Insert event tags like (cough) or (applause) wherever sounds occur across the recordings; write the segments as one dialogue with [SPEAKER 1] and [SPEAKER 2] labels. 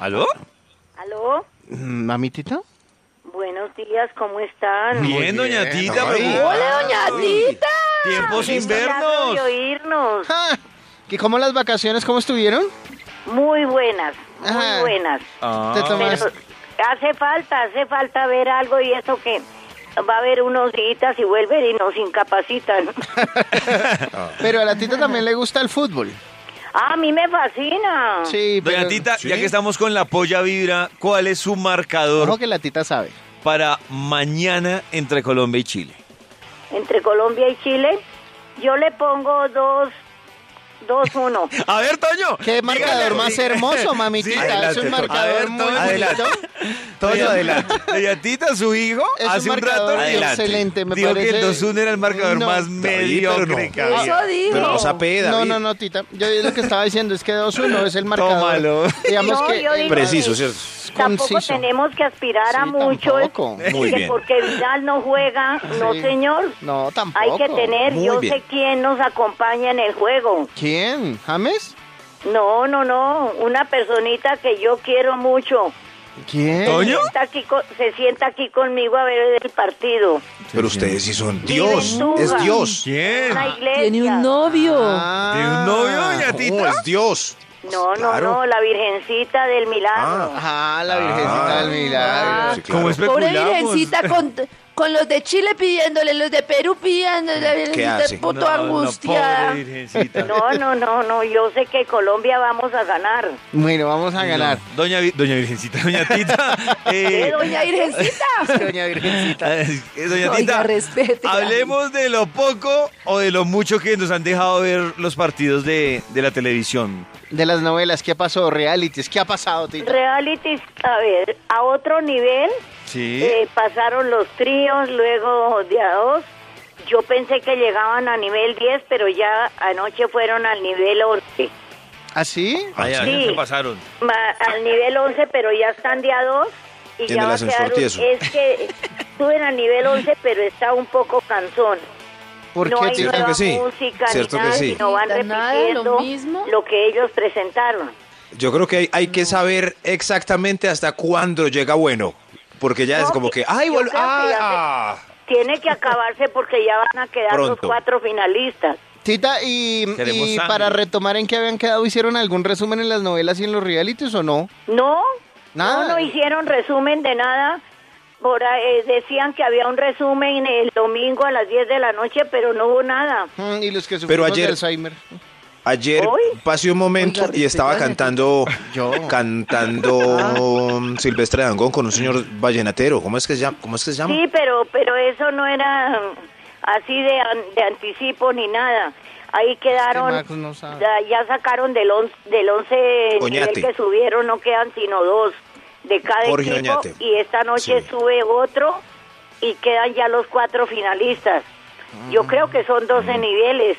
[SPEAKER 1] ¿Aló?
[SPEAKER 2] ¿Aló?
[SPEAKER 3] Mm, ¿Mamitita?
[SPEAKER 2] Buenos días, ¿cómo están?
[SPEAKER 1] Bien, doña Tita. pues.
[SPEAKER 3] ay.
[SPEAKER 1] pero-
[SPEAKER 2] ¡Hola, doña Tita!
[SPEAKER 1] Tiempos
[SPEAKER 2] Estoy
[SPEAKER 1] invernos.
[SPEAKER 2] tratando de oírnos.
[SPEAKER 3] ¡Ja! ¿Y cómo Ah, las vacaciones, cómo estuvieron?
[SPEAKER 2] Muy buenas, muy
[SPEAKER 3] Ajá.
[SPEAKER 2] buenas.
[SPEAKER 1] Ah,
[SPEAKER 3] Te tomas-
[SPEAKER 2] Pero hace falta, hace falta ver algo y eso que va a haber unos días y vuelven y nos
[SPEAKER 3] (laughs)
[SPEAKER 2] incapacitan.
[SPEAKER 1] Ah.
[SPEAKER 3] Pero a la tita también le gusta el fútbol.
[SPEAKER 2] Ah, a mí me fascina.
[SPEAKER 3] Sí, pero...
[SPEAKER 1] Doña Tita, ya que estamos con la polla vibra, ¿cuál es su marcador
[SPEAKER 3] Ojo que la tita sabe.
[SPEAKER 1] para mañana entre Colombia y Chile?
[SPEAKER 2] Entre Colombia y Chile, yo le pongo dos, dos uno.
[SPEAKER 1] A ver, Toño.
[SPEAKER 3] Qué marcador más hermoso, mamitita. es
[SPEAKER 4] adelante,
[SPEAKER 3] un
[SPEAKER 4] Toño.
[SPEAKER 3] marcador
[SPEAKER 1] A ver,
[SPEAKER 3] muy
[SPEAKER 1] Toño,
[SPEAKER 3] bonito.
[SPEAKER 4] Toño,
[SPEAKER 1] Doña-
[SPEAKER 4] adelante.
[SPEAKER 1] Doña Tita, su hijo,
[SPEAKER 3] Es un
[SPEAKER 1] hace un, rato
[SPEAKER 3] marcador
[SPEAKER 1] adelante.
[SPEAKER 3] excelente, me
[SPEAKER 1] dijo que
[SPEAKER 3] parece.
[SPEAKER 1] el 2-1 era el marcador
[SPEAKER 3] No.
[SPEAKER 1] más mediocre
[SPEAKER 4] no.
[SPEAKER 1] que había.
[SPEAKER 5] Eso dijo.
[SPEAKER 4] Pero no sapee,
[SPEAKER 3] No,
[SPEAKER 4] David.
[SPEAKER 3] no, no, tita. Yo lo que estaba diciendo es que 2-1 es el marcador.
[SPEAKER 1] Tómalo.
[SPEAKER 3] Digamos
[SPEAKER 2] No,
[SPEAKER 3] que
[SPEAKER 2] yo digo-
[SPEAKER 4] Preciso, ¿cierto?
[SPEAKER 3] es
[SPEAKER 2] Tampoco
[SPEAKER 3] conciso.
[SPEAKER 2] tenemos que aspirar a
[SPEAKER 3] Sí,
[SPEAKER 2] mucho.
[SPEAKER 3] tampoco.
[SPEAKER 1] Muy
[SPEAKER 2] que
[SPEAKER 1] bien.
[SPEAKER 2] Porque Vidal no juega, no
[SPEAKER 3] Sí.
[SPEAKER 2] señor.
[SPEAKER 3] No, tampoco.
[SPEAKER 2] Hay que tener,
[SPEAKER 1] Muy
[SPEAKER 2] yo
[SPEAKER 1] bien.
[SPEAKER 2] sé quién nos acompaña en el juego.
[SPEAKER 3] ¿Quién? ¿James?
[SPEAKER 2] No, no, no, una personita que yo quiero mucho.
[SPEAKER 3] ¿Quién?
[SPEAKER 1] ¿Toño?
[SPEAKER 2] Se sienta aquí, co- se sienta aquí conmigo a ver el partido.
[SPEAKER 4] Pero ustedes sí son
[SPEAKER 2] Dios,
[SPEAKER 4] Dios.
[SPEAKER 2] es
[SPEAKER 4] Es
[SPEAKER 2] Dios.
[SPEAKER 4] Dios.
[SPEAKER 1] ¿Quién?
[SPEAKER 2] Una iglesia.
[SPEAKER 5] Tiene un novio.
[SPEAKER 3] Ah.
[SPEAKER 1] ¿Tiene un novio, doña Tita?
[SPEAKER 4] es Dios.
[SPEAKER 2] No, no,
[SPEAKER 4] Claro.
[SPEAKER 2] no, la Virgencita del Milagro.
[SPEAKER 3] Ah, la Virgencita
[SPEAKER 4] Ah.
[SPEAKER 3] del Milagro.
[SPEAKER 4] Sí,
[SPEAKER 1] ¿Cómo
[SPEAKER 4] claro.
[SPEAKER 5] Pobre
[SPEAKER 1] especulamos?
[SPEAKER 5] virgencita con, con los de Chile pidiéndole, los de Perú pidiéndole, la virgencita
[SPEAKER 4] hace?
[SPEAKER 5] es
[SPEAKER 1] No,
[SPEAKER 5] puto
[SPEAKER 1] no,
[SPEAKER 5] angustiada.
[SPEAKER 1] pobre virgencita.
[SPEAKER 2] No, no, no, no, yo sé que Colombia vamos a ganar.
[SPEAKER 3] Bueno, vamos
[SPEAKER 1] (laughs)
[SPEAKER 3] a ganar.
[SPEAKER 1] No, Doña, Vi- doña Virgencita, Doña Tita. eh,
[SPEAKER 2] Pero-
[SPEAKER 5] Doña Virgencita.
[SPEAKER 3] Doña Virgencita.
[SPEAKER 1] eh, doña
[SPEAKER 5] Oiga,
[SPEAKER 1] Tita,
[SPEAKER 5] respete.
[SPEAKER 1] hablemos de lo poco o de lo mucho que nos han dejado ver los partidos de, de la televisión.
[SPEAKER 3] De las novelas, ¿qué pasó? Realities, ¿qué ha pasado, Tita?
[SPEAKER 2] Realities, a ver, a otro nivel
[SPEAKER 1] Sí.
[SPEAKER 2] eh, pasaron los tríos, luego de a dos. Yo pensé que llegaban a nivel 10, pero ya anoche fueron al nivel 11.
[SPEAKER 3] ¿Ah, sí?
[SPEAKER 1] Ay, ay,
[SPEAKER 2] sí.
[SPEAKER 1] se pasaron.
[SPEAKER 2] Ma- al nivel 11, pero ya están de a 2 y
[SPEAKER 4] Tiene
[SPEAKER 2] ya
[SPEAKER 4] el
[SPEAKER 2] va a
[SPEAKER 4] ascensor
[SPEAKER 2] quedar un-
[SPEAKER 4] tieso.
[SPEAKER 2] es que suben al nivel 11, pero está un poco cansón.
[SPEAKER 3] ¿Por
[SPEAKER 2] no
[SPEAKER 3] qué,
[SPEAKER 2] hay
[SPEAKER 3] Tita?
[SPEAKER 2] nueva
[SPEAKER 4] que sí.
[SPEAKER 2] música ni
[SPEAKER 4] Cierto que
[SPEAKER 2] nada,
[SPEAKER 4] sí.
[SPEAKER 2] sino van
[SPEAKER 5] Nada de
[SPEAKER 2] repitiendo
[SPEAKER 5] lo mismo.
[SPEAKER 2] lo que ellos presentaron.
[SPEAKER 4] Yo creo que hay, hay que saber exactamente hasta cuándo llega bueno. Porque ya
[SPEAKER 2] No,
[SPEAKER 4] es como
[SPEAKER 2] que-
[SPEAKER 4] que, ay,
[SPEAKER 2] yo
[SPEAKER 4] vuelve.
[SPEAKER 2] creo que ya
[SPEAKER 4] Ah,
[SPEAKER 2] Tiene que acabarse porque ya van a quedar los
[SPEAKER 4] Pronto.
[SPEAKER 2] cuatro finalistas.
[SPEAKER 3] Tita, y,
[SPEAKER 1] Queremos
[SPEAKER 3] y
[SPEAKER 1] sangre.
[SPEAKER 3] para retomar en qué habían quedado, ¿hicieron algún resumen en las novelas y en los realities o no?
[SPEAKER 2] No,
[SPEAKER 3] Nada.
[SPEAKER 2] no, no hicieron resumen de nada. Por, ahí, eh, decían que había un resumen el domingo a las 10 de la noche, pero no hubo nada.
[SPEAKER 3] Mm, Y los que sufrimos
[SPEAKER 4] Pero ayer-
[SPEAKER 3] de Alzheimer.
[SPEAKER 4] ayer
[SPEAKER 2] Hoy.
[SPEAKER 4] pasé un momento
[SPEAKER 5] Oiga,
[SPEAKER 4] y estaba
[SPEAKER 5] respetable.
[SPEAKER 4] cantando
[SPEAKER 3] Yo.
[SPEAKER 4] cantando
[SPEAKER 2] Ah.
[SPEAKER 4] um, Silvestre Dangón con un señor vallenatero. ¿Cómo es que se llama? ¿Cómo es que se llama?
[SPEAKER 2] Sí, pero, pero eso no era mm, así de, an- de anticipo ni nada. Ahí quedaron,
[SPEAKER 3] Max no sabe.
[SPEAKER 2] ya, ya sacaron del, on- del 11 nivel
[SPEAKER 4] Oñate.
[SPEAKER 2] que subieron, no quedan sino dos de cada
[SPEAKER 4] Jorge
[SPEAKER 2] equipo.
[SPEAKER 4] Oñate.
[SPEAKER 2] Y esta noche
[SPEAKER 4] Sí.
[SPEAKER 2] sube otro y quedan ya los cuatro finalistas.
[SPEAKER 3] Mm.
[SPEAKER 2] Yo creo que son 12 niveles.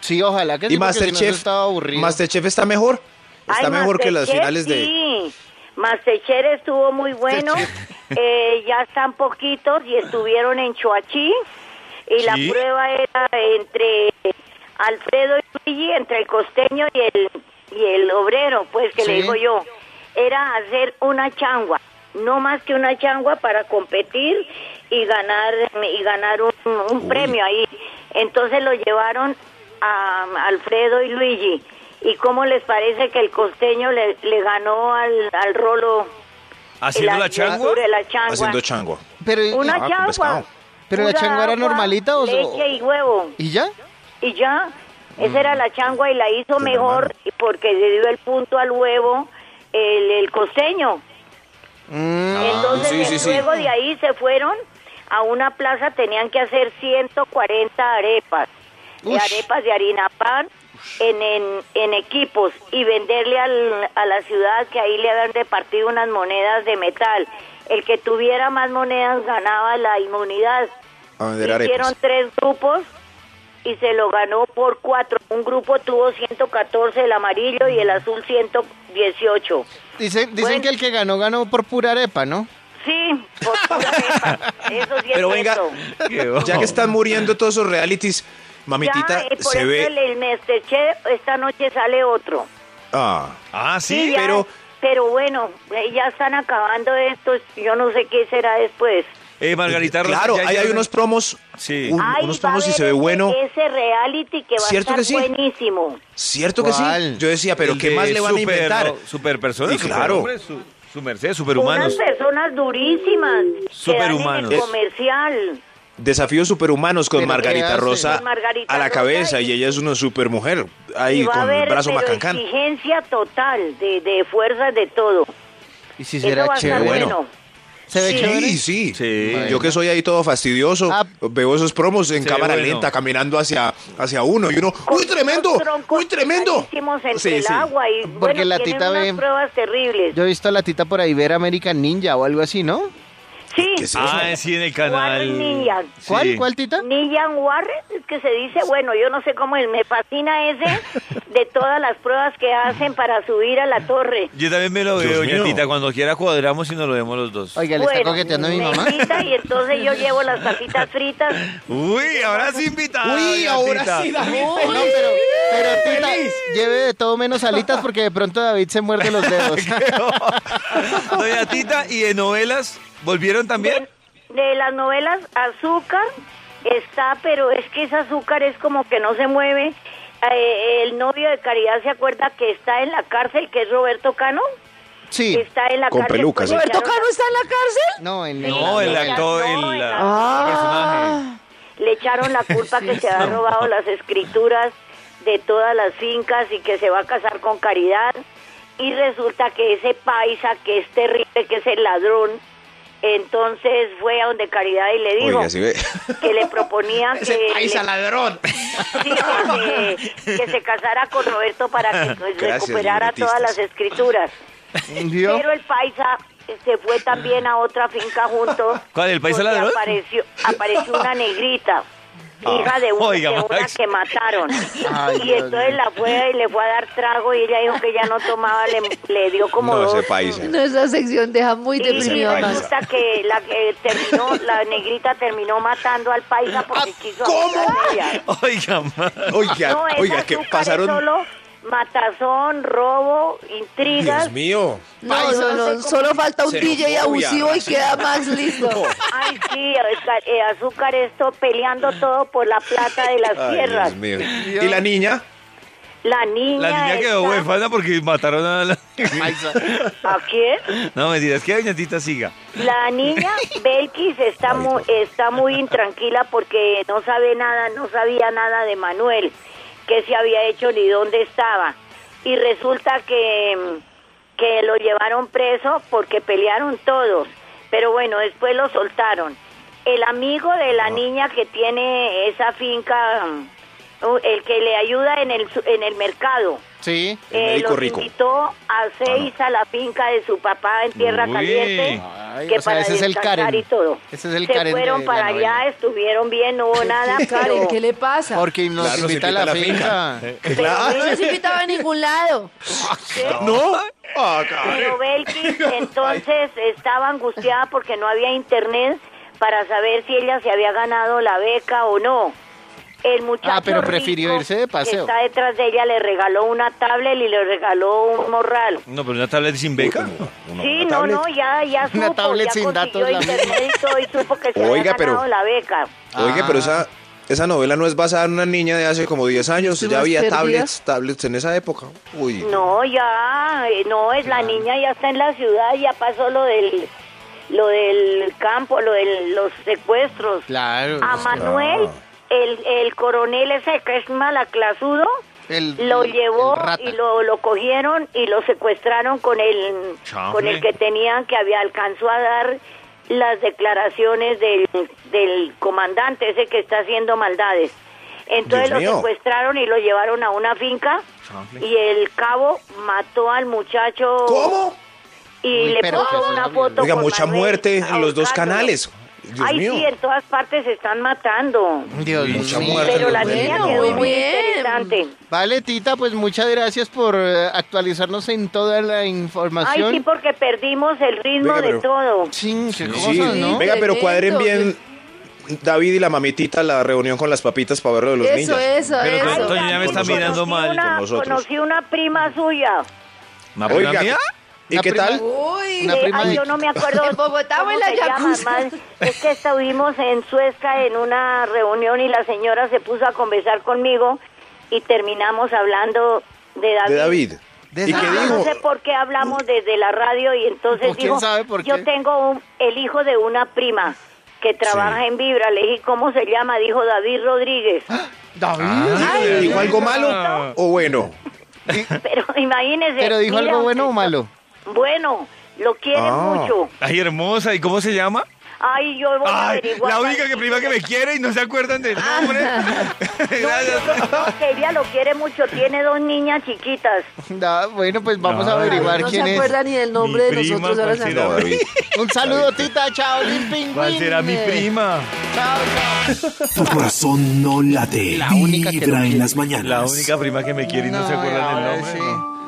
[SPEAKER 3] Sí, ojalá que sí,
[SPEAKER 4] Y
[SPEAKER 3] porque si no, eso
[SPEAKER 4] Masterchef.
[SPEAKER 3] estaba aburrido.
[SPEAKER 4] Masterchef está mejor. Está
[SPEAKER 2] Ay,
[SPEAKER 4] mejor que las
[SPEAKER 2] Masterchef,
[SPEAKER 4] finales de.
[SPEAKER 2] Sí, Masterchef estuvo
[SPEAKER 4] (laughs)
[SPEAKER 2] muy bueno. Eh, ya están poquitos y estuvieron en Choachí. Y la
[SPEAKER 1] Sí.
[SPEAKER 2] prueba era entre Alfredo y Luigi, entre el costeño y el, y el obrero, pues que le
[SPEAKER 3] Sí.
[SPEAKER 2] digo yo. Era hacer una changua, no más que una changua para competir y ganar y ganar un, un premio ahí. Entonces lo llevaron a Alfredo y Luigi. ¿Y cómo les parece que el costeño le, le ganó al, al rolo?
[SPEAKER 1] ¿Haciendo la changua?
[SPEAKER 2] de la changua.
[SPEAKER 4] Haciendo changua.
[SPEAKER 3] Pero,
[SPEAKER 2] Una
[SPEAKER 4] Ah, con
[SPEAKER 2] changua.
[SPEAKER 4] pescado.
[SPEAKER 3] ¿Pero la
[SPEAKER 2] Pura
[SPEAKER 3] changua era
[SPEAKER 2] agua,
[SPEAKER 3] normalita o-
[SPEAKER 2] Leche y huevo.
[SPEAKER 3] ¿Y ya?
[SPEAKER 2] Y ya, esa era la changua y la hizo
[SPEAKER 4] Mm. Qué
[SPEAKER 2] mejor porque le dio el punto al huevo el, el costeño.
[SPEAKER 3] Mm,
[SPEAKER 2] Entonces,
[SPEAKER 4] Ah, sí, sí, sí.
[SPEAKER 2] luego de ahí se fueron a una plaza, tenían que hacer 140 arepas, de
[SPEAKER 3] Ush.
[SPEAKER 2] arepas de harina pan en, en, en equipos y venderle al- a la ciudad que ahí le habían repartido unas monedas de metal. El que tuviera más monedas ganaba la inmunidad.
[SPEAKER 4] A vender arepas.
[SPEAKER 2] Hicieron tres grupos y se lo ganó por cuatro. Un grupo tuvo 114, el amarillo y el azul 118.
[SPEAKER 3] Dicen, dicen
[SPEAKER 2] Bueno.
[SPEAKER 3] que el que ganó, ganó por pura arepa, ¿no?
[SPEAKER 2] Sí, por
[SPEAKER 4] (laughs)
[SPEAKER 2] pura arepa. Eso sí es
[SPEAKER 4] Pero venga,
[SPEAKER 2] cierto.
[SPEAKER 4] Ya que están muriendo todos esos realities, mamitita
[SPEAKER 2] Ya, eh, por
[SPEAKER 4] se
[SPEAKER 2] eso
[SPEAKER 4] ve.
[SPEAKER 2] el, el Masterchef, esta noche sale otro.
[SPEAKER 4] Ah.
[SPEAKER 1] Ah,
[SPEAKER 2] Sí,
[SPEAKER 1] sí.
[SPEAKER 2] ya.
[SPEAKER 4] Pero
[SPEAKER 2] Pero bueno, eh, ya están acabando estos, yo no sé qué será después.
[SPEAKER 1] Eh, Margarita Rosa,
[SPEAKER 4] Claro,
[SPEAKER 1] ya
[SPEAKER 4] ahí hay
[SPEAKER 1] llegaron-
[SPEAKER 4] unos promos.
[SPEAKER 1] Sí.
[SPEAKER 4] un-
[SPEAKER 2] Ay,
[SPEAKER 4] unos
[SPEAKER 2] va a
[SPEAKER 4] promos y
[SPEAKER 2] haber
[SPEAKER 4] se ve
[SPEAKER 2] ese-
[SPEAKER 4] bueno.
[SPEAKER 2] Ese reality que va
[SPEAKER 4] ¿Cierto
[SPEAKER 2] a
[SPEAKER 4] que
[SPEAKER 2] estar
[SPEAKER 4] sí?
[SPEAKER 2] buenísimo.
[SPEAKER 4] ¿Cierto que sí?
[SPEAKER 3] ¿Cuál?
[SPEAKER 4] Yo decía, pero
[SPEAKER 1] el
[SPEAKER 4] ¿qué
[SPEAKER 1] de
[SPEAKER 4] más le van a
[SPEAKER 1] super-
[SPEAKER 4] inventar?
[SPEAKER 1] no, Superpersonas,
[SPEAKER 4] Y claro.
[SPEAKER 1] superhombres, su, su merced, superhumanos.
[SPEAKER 2] Unas personas durísimas. que dan
[SPEAKER 1] Superhumanos.
[SPEAKER 2] En el comercial.
[SPEAKER 4] Desafíos superhumanos con
[SPEAKER 3] ¿Pero qué
[SPEAKER 4] Margarita
[SPEAKER 3] hace?
[SPEAKER 4] Rosa
[SPEAKER 2] Con Margarita
[SPEAKER 4] a la
[SPEAKER 2] Rosa
[SPEAKER 4] cabeza
[SPEAKER 2] y-
[SPEAKER 4] y ella es una supermujer
[SPEAKER 2] Y
[SPEAKER 4] ahí
[SPEAKER 2] va a
[SPEAKER 4] con el
[SPEAKER 2] haber
[SPEAKER 4] brazo
[SPEAKER 2] pero
[SPEAKER 4] macancán.
[SPEAKER 2] exigencia total de, de fuerzas de todo.
[SPEAKER 3] Y si
[SPEAKER 2] Eso va
[SPEAKER 3] será
[SPEAKER 2] a estar
[SPEAKER 3] chévere.
[SPEAKER 4] bueno.
[SPEAKER 2] bueno.
[SPEAKER 3] ¿Se ve chévere?
[SPEAKER 4] Sí, sí,
[SPEAKER 1] Sí.
[SPEAKER 4] Yo que soy ahí todo fastidioso,
[SPEAKER 3] Ah.
[SPEAKER 4] veo esos promos en
[SPEAKER 1] Sí,
[SPEAKER 4] cámara
[SPEAKER 1] bueno.
[SPEAKER 4] lenta caminando hacia, hacia uno y uno, ¡uy, tremendo!
[SPEAKER 2] Unos troncos
[SPEAKER 4] ¡Uy, tremendo!
[SPEAKER 2] pesadísimos entre
[SPEAKER 4] Sí,
[SPEAKER 2] el
[SPEAKER 4] sí.
[SPEAKER 2] agua y
[SPEAKER 3] Porque
[SPEAKER 2] bueno,
[SPEAKER 3] la
[SPEAKER 2] tienen
[SPEAKER 3] tita
[SPEAKER 2] unas
[SPEAKER 3] ve-
[SPEAKER 2] pruebas terribles.
[SPEAKER 3] Yo he visto a la tita por ahí ver American Ninja o algo así, ¿no?
[SPEAKER 2] sí.
[SPEAKER 4] ¿Qué es eso?
[SPEAKER 1] Ah, sí, en el
[SPEAKER 2] Warren
[SPEAKER 1] canal.
[SPEAKER 2] Ninja.
[SPEAKER 1] Sí.
[SPEAKER 3] ¿Cuál? ¿Cuál tita?
[SPEAKER 2] Nian Warren, es que se dice, bueno, yo no sé cómo es, me fascina ese de todas las pruebas que hacen para subir a la torre.
[SPEAKER 1] Yo también me lo
[SPEAKER 4] Dios
[SPEAKER 1] veo,
[SPEAKER 4] mío.
[SPEAKER 1] ñatita. Cuando quiera cuadramos y nos lo vemos los dos.
[SPEAKER 3] Oiga, le está
[SPEAKER 2] Bueno,
[SPEAKER 3] coqueteando a mi
[SPEAKER 2] me
[SPEAKER 3] mamá.
[SPEAKER 2] invita y entonces yo llevo las papitas fritas.
[SPEAKER 1] Uy, ahora sí invitada.
[SPEAKER 4] ¡Uy,
[SPEAKER 1] doña
[SPEAKER 4] ahora
[SPEAKER 1] Tita.
[SPEAKER 4] sí, David!
[SPEAKER 3] No, pero, pero tita, lleve de todo menos alitas porque de pronto David se muerde los dedos.
[SPEAKER 1] (laughs) Doña Tita, ¿y de novelas volvieron también?
[SPEAKER 2] De las novelas Azúcar está, pero es que ese azúcar es como que no se mueve. Eh, el novio de Caridad se acuerda que está en la cárcel, que es Roberto Cano.
[SPEAKER 3] Sí.
[SPEAKER 2] Está en la
[SPEAKER 4] Con
[SPEAKER 2] cárcel.
[SPEAKER 4] peluca, sí.
[SPEAKER 2] Porque
[SPEAKER 5] ¿Roberto
[SPEAKER 2] echaron-
[SPEAKER 5] Cano está en la cárcel?
[SPEAKER 3] No, el,
[SPEAKER 1] No, el actor, el,
[SPEAKER 2] No, el
[SPEAKER 1] la-
[SPEAKER 5] Ah.
[SPEAKER 2] Le echaron la culpa que se ha robado las escrituras de todas las fincas y que se va a casar con Caridad. Y resulta que ese paisa que es terrible, que es el ladrón, entonces fue a donde Caridad y le dijo
[SPEAKER 4] Oiga, sí ve.
[SPEAKER 2] que le proponía que, le-
[SPEAKER 4] ladrón!
[SPEAKER 2] sí, que, que se casara con Roberto para que pues,
[SPEAKER 4] Gracias,
[SPEAKER 2] recuperara todas
[SPEAKER 4] libretistas.
[SPEAKER 2] las escrituras.
[SPEAKER 3] ¿Vio?
[SPEAKER 2] Pero el paisa se fue también a otra finca junto.
[SPEAKER 1] ¿Cuál, el paisa
[SPEAKER 2] porque
[SPEAKER 1] ladrón?
[SPEAKER 2] Apareció, apareció una negrita. Hija de una,
[SPEAKER 1] Oiga,
[SPEAKER 2] de una
[SPEAKER 1] Max.
[SPEAKER 2] que mataron.
[SPEAKER 3] Ay,
[SPEAKER 2] y
[SPEAKER 3] Dios
[SPEAKER 2] entonces la fue y le fue a dar trago y ella dijo que ya no tomaba, le, le dio como
[SPEAKER 4] No,
[SPEAKER 2] dos.
[SPEAKER 4] ese paisa.
[SPEAKER 5] No, esa sección deja muy
[SPEAKER 2] Y
[SPEAKER 5] deprimido a pues, Max.
[SPEAKER 2] resulta que la que terminó, la negrita terminó matando al paisa porque quiso abusar de ella.
[SPEAKER 1] Oiga, ma-
[SPEAKER 4] (laughs) Oiga,
[SPEAKER 2] No, ese
[SPEAKER 4] oiga, que
[SPEAKER 2] azúcar es
[SPEAKER 4] pasaron...
[SPEAKER 2] solo matazón, robo, intrigas.
[SPEAKER 4] Dios mío.
[SPEAKER 5] No, no, no, solo falta un
[SPEAKER 4] Xenofobia,
[SPEAKER 5] DJ abusivo y
[SPEAKER 4] racismo.
[SPEAKER 5] queda Max listo.
[SPEAKER 2] Ay, sí, Azúcar, eh, azúcar esto peleando todo por la plata de las
[SPEAKER 4] Ay,
[SPEAKER 2] tierras.
[SPEAKER 4] Dios mío. ¿Y la niña?
[SPEAKER 2] La niña.
[SPEAKER 1] la niña quedó
[SPEAKER 2] está-
[SPEAKER 1] huérfana porque mataron a la...
[SPEAKER 2] ¿A quién?
[SPEAKER 1] No, mentira, es que doña Tita siga.
[SPEAKER 2] La niña Belkis está muy, está muy intranquila porque no sabe nada, no sabía nada de Manuel, qué se había hecho ni dónde estaba. Y resulta que, mm, que lo llevaron preso porque pelearon todos. Pero bueno, después lo soltaron. El amigo de la niña que tiene esa finca, mm, uh, el que le ayuda en el, su- en el mercado,
[SPEAKER 3] Sí.
[SPEAKER 4] El
[SPEAKER 2] eh,
[SPEAKER 4] médico
[SPEAKER 2] los
[SPEAKER 4] rico. Ah,
[SPEAKER 2] invitó a seis a la finca de su papá en Tierra
[SPEAKER 1] Uy.
[SPEAKER 2] Caliente.
[SPEAKER 3] Ay,
[SPEAKER 2] que
[SPEAKER 3] o sea,
[SPEAKER 2] para
[SPEAKER 3] ese es el
[SPEAKER 2] descansar
[SPEAKER 3] Karen.
[SPEAKER 2] y todo.
[SPEAKER 3] Ese es el
[SPEAKER 2] Se
[SPEAKER 3] Karen
[SPEAKER 2] fueron
[SPEAKER 3] de la
[SPEAKER 2] para allá,
[SPEAKER 3] novela.
[SPEAKER 2] estuvieron bien, no
[SPEAKER 3] (laughs)
[SPEAKER 2] hubo nada, pero,
[SPEAKER 5] Karen, ¿qué le pasa?
[SPEAKER 3] Porque nos
[SPEAKER 4] Claro, nos
[SPEAKER 3] invita a la, finca.
[SPEAKER 2] pero
[SPEAKER 5] No
[SPEAKER 2] Bel-
[SPEAKER 5] nos invitaba a ningún lado.
[SPEAKER 4] ¿No? Ah, caray.
[SPEAKER 2] pero
[SPEAKER 3] (laughs)
[SPEAKER 2] Belkis entonces estaba angustiada porque no había internet para saber si ella se había ganado la beca o no. El muchacho
[SPEAKER 3] Ah, pero prefirió
[SPEAKER 2] rico
[SPEAKER 3] irse de paseo.
[SPEAKER 2] Que está detrás de ella, le regaló una tablet y le regaló un morral.
[SPEAKER 1] No, pero una tablet sin beca.
[SPEAKER 4] Una-
[SPEAKER 2] Sí,
[SPEAKER 4] una
[SPEAKER 2] no,
[SPEAKER 4] tablet.
[SPEAKER 2] no, ya, ya supo,
[SPEAKER 3] (laughs) Una tablet
[SPEAKER 2] ya
[SPEAKER 3] sin
[SPEAKER 2] consiguió
[SPEAKER 3] datos, la misma.
[SPEAKER 2] internet y todo, y supo que se
[SPEAKER 4] Oiga,
[SPEAKER 2] había
[SPEAKER 4] pero-
[SPEAKER 2] ganado la beca.
[SPEAKER 4] Oiga,
[SPEAKER 3] Ah.
[SPEAKER 4] pero esa, esa novela no es basada en una niña de hace como 10 años.
[SPEAKER 5] Estoy
[SPEAKER 4] Ya
[SPEAKER 5] más
[SPEAKER 4] había
[SPEAKER 5] perdida.
[SPEAKER 4] tablets, tablets en esa época. Uy.
[SPEAKER 2] No, ya, eh, no, es la niña ya está en la ciudad, ya pasó lo del lo del campo, lo de los secuestros.
[SPEAKER 3] Claro.
[SPEAKER 2] A Manuel, el, el coronel ese que es malaclasudo,
[SPEAKER 3] El-
[SPEAKER 2] lo
[SPEAKER 3] el-
[SPEAKER 2] llevó
[SPEAKER 3] el rata.
[SPEAKER 2] y lo, lo cogieron y lo secuestraron con el
[SPEAKER 1] Chanfle.
[SPEAKER 2] con el que tenían que había alcanzó a dar las declaraciones del, del comandante ese que está haciendo maldades. Entonces
[SPEAKER 4] Dios
[SPEAKER 2] lo
[SPEAKER 4] mío.
[SPEAKER 2] secuestraron y lo llevaron a una finca
[SPEAKER 1] Chanfle.
[SPEAKER 2] y el cabo mató al muchacho
[SPEAKER 4] ¿Cómo?
[SPEAKER 2] y
[SPEAKER 3] Uy,
[SPEAKER 2] le
[SPEAKER 3] pero qué
[SPEAKER 2] puso una
[SPEAKER 3] rabia.
[SPEAKER 2] foto.
[SPEAKER 4] Oiga,
[SPEAKER 2] con
[SPEAKER 4] mucha
[SPEAKER 2] Manuel
[SPEAKER 4] muerte en los dos
[SPEAKER 2] ahorcándolo.
[SPEAKER 4] canales. Dios
[SPEAKER 2] Ay,
[SPEAKER 4] mío.
[SPEAKER 2] sí, en todas partes se están matando.
[SPEAKER 3] Dios
[SPEAKER 4] Mucha
[SPEAKER 3] mío.
[SPEAKER 4] muerte.
[SPEAKER 2] Pero la
[SPEAKER 4] Bueno,
[SPEAKER 2] niña
[SPEAKER 5] muy
[SPEAKER 2] quedó muy
[SPEAKER 5] bien.
[SPEAKER 2] interesante.
[SPEAKER 3] Vale, Tita, pues muchas gracias por eh, actualizarnos en toda la
[SPEAKER 2] Ay, sí,
[SPEAKER 3] información.
[SPEAKER 2] porque perdimos el ritmo
[SPEAKER 4] Venga,
[SPEAKER 2] de
[SPEAKER 4] pero-
[SPEAKER 2] todo.
[SPEAKER 3] Sí, qué
[SPEAKER 4] Sí,
[SPEAKER 3] cosas, ¿no?
[SPEAKER 4] venga, pero cuadren bien
[SPEAKER 5] Tremendo.
[SPEAKER 4] David y la mamitita la reunión con las papitas para ver lo de los
[SPEAKER 5] Eso,
[SPEAKER 4] niños.
[SPEAKER 5] eso,
[SPEAKER 1] Pero
[SPEAKER 5] eso.
[SPEAKER 1] tanto- Toño ya me está
[SPEAKER 2] Conocí
[SPEAKER 1] mirando mal
[SPEAKER 2] una-
[SPEAKER 4] con nosotros.
[SPEAKER 2] Conocí una prima suya.
[SPEAKER 1] ¿Una prima
[SPEAKER 4] Oiga,
[SPEAKER 1] mía?
[SPEAKER 4] ¿Y
[SPEAKER 3] La
[SPEAKER 4] qué
[SPEAKER 3] prima-
[SPEAKER 4] tal?
[SPEAKER 5] Uy.
[SPEAKER 3] Una
[SPEAKER 2] Eh,
[SPEAKER 3] prima
[SPEAKER 2] ay,
[SPEAKER 3] de-
[SPEAKER 2] yo
[SPEAKER 3] (laughs)
[SPEAKER 2] no me acuerdo.
[SPEAKER 5] ¿En Bogotá o
[SPEAKER 2] cómo
[SPEAKER 5] en la
[SPEAKER 2] se llama,
[SPEAKER 5] Yakuza?
[SPEAKER 2] más. Es que estuvimos en Suezca en una reunión y la señora se puso a conversar conmigo y terminamos hablando de David.
[SPEAKER 4] De David.
[SPEAKER 3] De
[SPEAKER 4] ¿Y
[SPEAKER 3] esa-
[SPEAKER 4] qué
[SPEAKER 2] Ah,
[SPEAKER 4] dijo?
[SPEAKER 2] No sé por qué hablamos desde la radio y entonces
[SPEAKER 3] ¿O mm, pues, quién
[SPEAKER 2] dijo,
[SPEAKER 3] sabe por qué?
[SPEAKER 2] yo tengo un- el hijo de una prima que trabaja en Vibra. Le dije, ¿cómo se llama? Dijo David Rodríguez.
[SPEAKER 3] Ah. David.
[SPEAKER 4] Ah.
[SPEAKER 5] Ay,
[SPEAKER 4] ¿Dijo algo malo o bueno?
[SPEAKER 2] (laughs) Pero imagínese.
[SPEAKER 3] ¿Pero dijo
[SPEAKER 2] mira,
[SPEAKER 3] algo bueno o malo?
[SPEAKER 2] Bueno, lo quiere
[SPEAKER 4] Ah.
[SPEAKER 2] mucho.
[SPEAKER 1] Ay, hermosa, ¿y cómo se llama?
[SPEAKER 2] Ay, yo voy a
[SPEAKER 1] Ay,
[SPEAKER 2] averiguar.
[SPEAKER 1] la única que prima que
[SPEAKER 3] (laughs)
[SPEAKER 1] me quiere y no se acuerdan del nombre. (laughs) Gracias.
[SPEAKER 2] No, que ella lo quiere mucho, tiene dos niñas chiquitas.
[SPEAKER 3] Da- bueno, pues vamos a
[SPEAKER 1] Ay,
[SPEAKER 3] averiguar
[SPEAKER 5] no
[SPEAKER 3] quién
[SPEAKER 5] se
[SPEAKER 3] es.
[SPEAKER 5] acuerda ni del nombre
[SPEAKER 1] Mi
[SPEAKER 5] de
[SPEAKER 1] prima,
[SPEAKER 5] nosotros ahora
[SPEAKER 1] cualquiera.
[SPEAKER 4] No, David.
[SPEAKER 3] Un saludo, tita. Chao, Limping.
[SPEAKER 1] ¿Cuál será mi prima?
[SPEAKER 3] Chao, chao.
[SPEAKER 6] Tu corazón no late.
[SPEAKER 3] La única que lo
[SPEAKER 6] Vibra
[SPEAKER 3] quiere.
[SPEAKER 6] en las mañanas.
[SPEAKER 1] La única prima que me quiere y no, se acuerdan del
[SPEAKER 3] ahora
[SPEAKER 1] nombre.
[SPEAKER 3] sí.
[SPEAKER 1] ¿no?